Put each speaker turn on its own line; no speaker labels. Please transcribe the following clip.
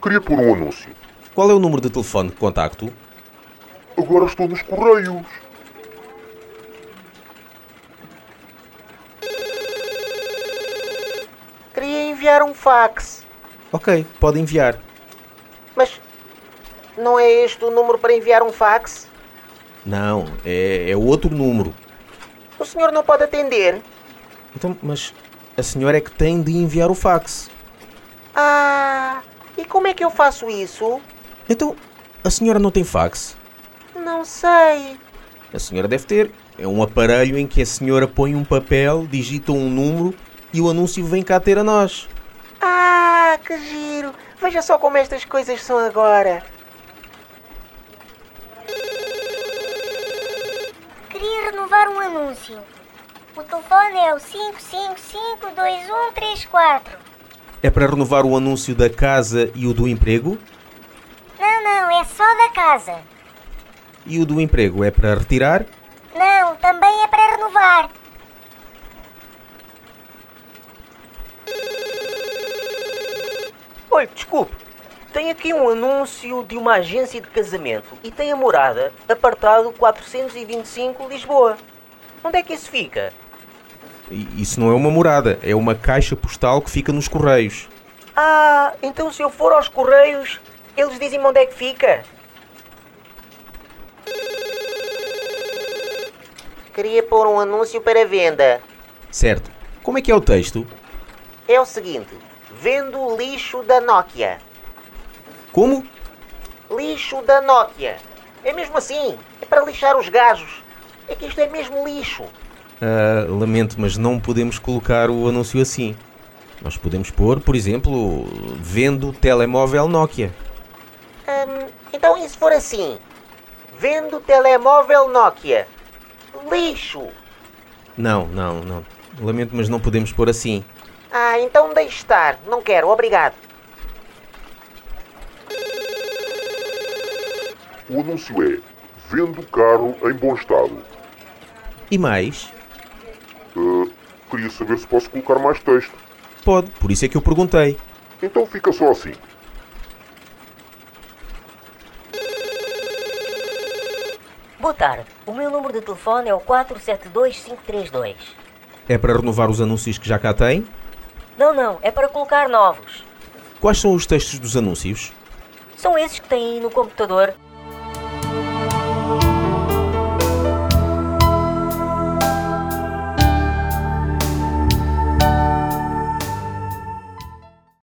Queria pôr um anúncio.
Qual é o número de telefone de contacto?
Agora estou nos correios.
Queria enviar um fax,
Ok, pode enviar.
mas não é este o número para enviar um fax?
Não, é, é outro número.
O senhor não pode atender?
Então, mas a senhora é que tem de enviar o fax.
Ah, e como é que eu faço isso?
Então, a senhora não tem fax?
Não sei.
A senhora deve ter. É um aparelho em que a senhora põe um papel, digita um número e o anúncio vem cá ter a nós.
Ah, que giro! Veja só como estas coisas são agora.
Queria renovar um anúncio. O telefone é o 5552134.
É para renovar o anúncio da casa e o do emprego?
Não, não, é só da casa.
E o do emprego é para retirar?
Não, também é para renovar.
Olha, desculpe. Tem aqui um anúncio de uma agência de casamento e tem a morada, apartado 425 Lisboa. Onde é que isso fica?
I- Isso não é uma morada, é uma caixa postal que fica nos correios.
Ah, então se eu for aos correios, eles dizem-me onde é que fica. Queria pôr um anúncio para venda.
Certo. Como é que é o texto?
É o seguinte: vendo lixo da Nokia.
Como?
Lixo da Nokia. É mesmo assim. É para lixar os gajos. É que isto é mesmo lixo.
Ah, lamento, mas não podemos colocar o anúncio assim. Nós podemos pôr, por exemplo, vendo telemóvel Nokia.
Hum, então, e se for assim? Vendo telemóvel Nokia. Lixo.
Não, não, não. Lamento, mas não podemos pôr assim.
Ah, então deixe estar. Não quero, obrigado.
O anúncio é vendo carro em bom estado.
E mais?
Ah, queria saber se posso colocar mais texto.
Pode, por isso é que eu perguntei.
Então fica só assim.
Boa tarde. O meu número de telefone é o 472532.
É para renovar os anúncios que já cá tem?
Não, não, é para colocar novos.
Quais são os textos dos anúncios?
São esses que têm aí no computador.